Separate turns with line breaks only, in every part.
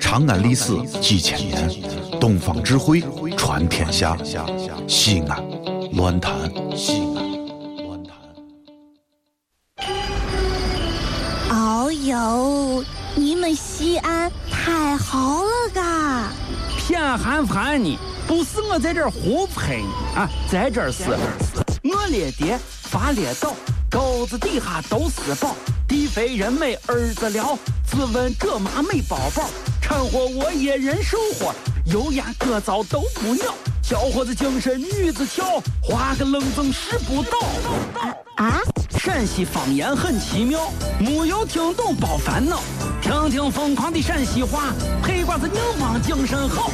长安历史几千年，东方智慧传天下。西安，乱谈西安，乱谈。
哦呦，你们西安太好了嘎！啊
偏寒寒你，不是我在这儿胡喷你啊，在这儿是，我列爹发列倒，沟子底下都是宝，地肥人美儿子了，自问这妈没宝宝，掺和我也人生活，油盐各糟都不尿，小伙子精神女子俏，花个愣风使不倒。
啊，
陕西方言很奇妙，没有听懂别烦恼，听听疯狂的陕西话，黑瓜子硬邦精神好。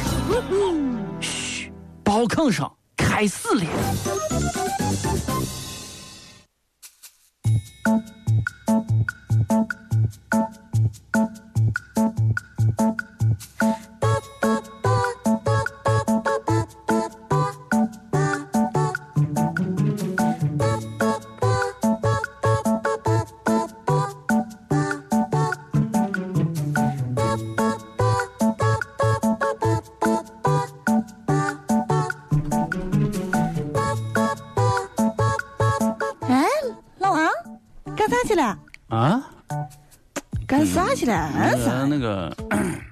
嘘，包吭声开始了。
哎，老王，干啥去了？
啊，
干啥去了？
哎
干啥？
那个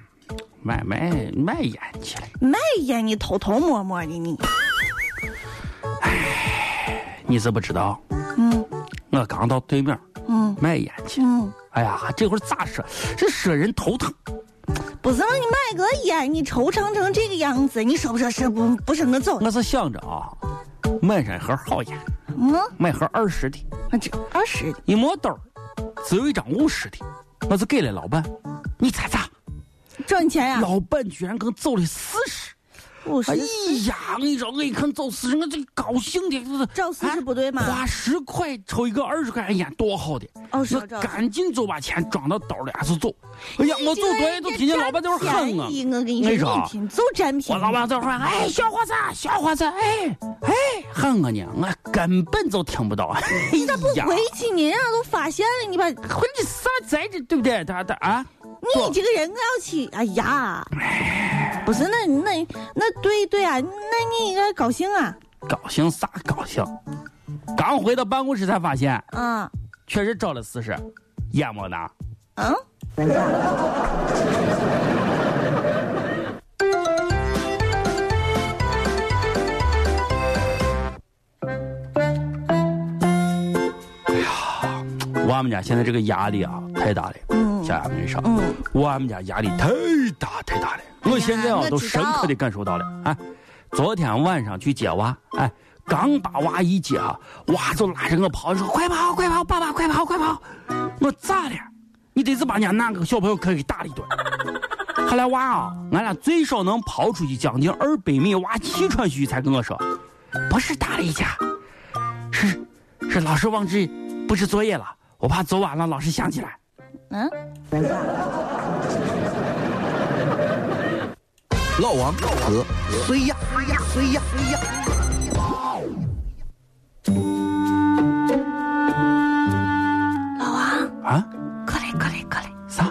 买卖卖烟去了。
卖烟你偷偷摸摸的你。
你是不知道，
嗯
我刚到对面
嗯
卖烟去。
嗯，
哎呀，这会儿咋说？这说人头疼。
不是让你买个烟，你惆怅成这个样子，你说不说是不不是我走的？
我是想着啊，买上一盒好烟，
嗯，
买盒二十的，
我这二十的，
一摸兜儿只有一张五十的，我就给了老板。你猜咋？
赚钱呀、
老板居然给我走了四十！
五十
哎。呀，你知道我一哎看走四十，我这高兴的，
照四十
哎
不对嘛
花十块抽一个二十块钱烟，多好的！
哦是
我
这
赶紧就把钱装到兜里，俺就走。哎呀，我
你这
走多远都听见老板在那儿喊
人家
我
占。便宜我跟你
为
说，
啊啥
你听就占便
我
宜。
老板在那儿喊：“哎，小伙子，小伙子，哎哎，喊我呢，我根本就听不到。”啊哎你咋不
回去你人家都发现了，你把你
回去啥在这对不对？他他啊，不
这个人我要去，哎呀，不是那那那对对啊，那你应该高兴啊
高兴啥高兴？刚回到办公室才发现，
啊
确实找了四十，烟没拿。
嗯，
哎我们家现在这个压力啊太大了，
嗯
家没上，
嗯
我们家压力太大太大了，我现在啊
我
都
知道
深刻的感受到了。哎，昨天晚上去接娃，哎，刚把娃一接啊，娃就拉着我跑，说快跑快跑，爸爸快跑快跑，我咋了？你得是把人家那个小朋友可给打了一顿。 后来娃啊，俺俩最少能跑出去将近二百米，娃气喘吁吁才跟我说，不是打了一架，是是老师忘记布置作业了，我怕走晚了老师想起来。
嗯，
老王和谁呀？谁呀？谁呀？
老王，
啊？
过来过来过来，
啥？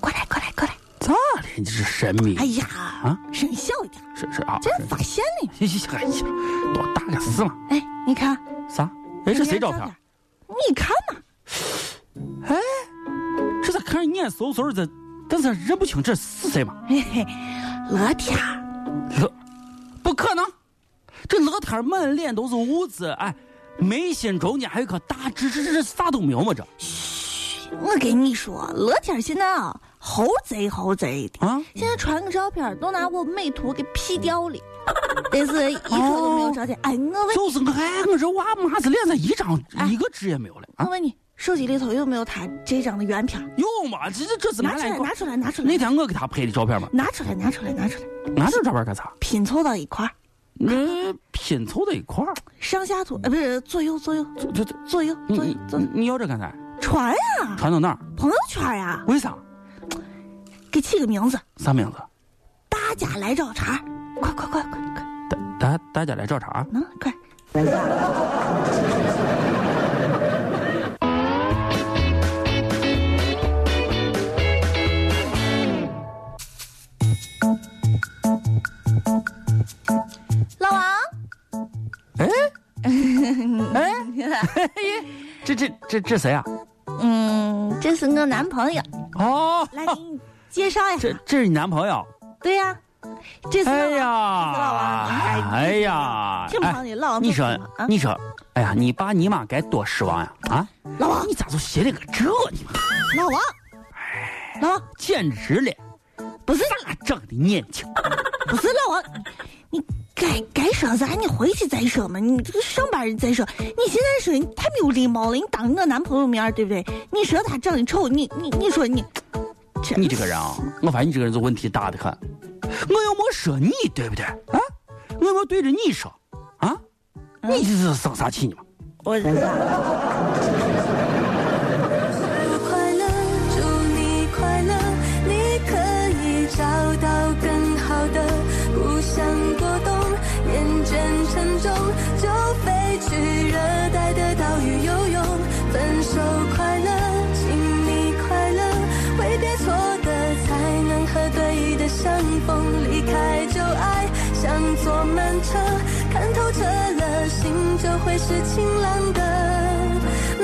过来过来过来，
咋了？你这是神秘？
哎呀
啊，
声笑一点，
是是啊，
真发现了，
是是哎呀，多大个事嘛？
哎，你看，
啥？哎，这嗯谁
你看
照片？？
你看嘛，
这咋看着眼熟熟的，但是认不清这是谁嘛？
嘿嘿，乐天儿，
乐，不可能！这乐天满脸都是痦子，哎，眉心中间还有一颗大痣，这这这啥都没有嘛？这
我跟你说，乐天儿现在啊，猴贼猴贼的。
啊，
现在传个照片儿都拿我美图给 P 掉了，但是一刻都没有照见。哎，我问，
就是我，哎，我这娃妈子脸上一张
哎
一个痣也没有了
我
啊！
问你，手机里头有没有他这张的原片儿？
有嘛？这这这是
拿
俺
出
俩
来，
一块
拿出来，拿出来，
那天我给他拍的照片嘛，
拿出来，拿出来，拿出来，
拿这照片干啥？
拼凑到一块儿，
呃，拼凑在一块儿，
上下图，呃，不是左右左右
这这这，
左右
你
左右
你
左右
你，你要这干啥？
传呀、
传到哪儿？
朋友圈呀、
为啥？
给起个名字，
啥名字？
大家来找茬儿，快快快快快，
大大大家来啊找茬。
能快。嗯
哎 这这谁啊？
嗯，这是我男朋友，
哦，
来给你介绍一
这
下。
这是你男朋友？
对呀、这是我
哎
老
呀，
王
哎呀，
这么好
哎，
你唠
你
这
说
干嘛啊，
你说，哎呀，你爸你妈该多失望呀！啊，
老王
你咋就写了个这呢嘛？
老王，老王
简直了，
不是
咋整的年轻？啊
不是老王，你该该说啥你回去再说嘛，你这个上班人再说，你现在说你太没有礼貌了，你当我男朋友面儿对不对？你说他长得丑，你你你说你，真
你这个人啊，我发现你这个人就问题大的很。我又没说你，对不对？啊，我又没对着你说，啊，
嗯
你这是生啥气呢嘛？
我
快乐，祝你快乐，你可以找到更好的。不想过冬，厌倦沉重，就飞去热带的岛屿游泳。分手快乐，请你快乐，挥别错的才能和对的相逢。离开旧爱，像坐慢车，看透彻了，心就会是晴朗的。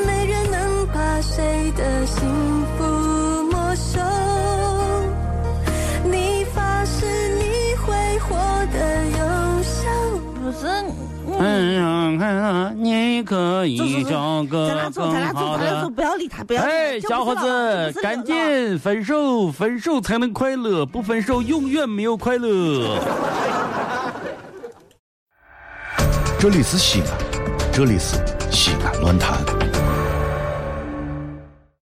没人能把谁的幸福没收。你发誓你会活得优秀。
不是，嗯，
哎呀，看啊，你可
走走
以
走
找个
咱俩走，咱
更
俩走，
好
咱俩走，
的。
不要理他，不要理他。这
哎，
不是
小
老
伙
王
子，赶！紧分手，分手才能快乐，不分手永远没有快乐。
这里是西安，这里是西安论坛。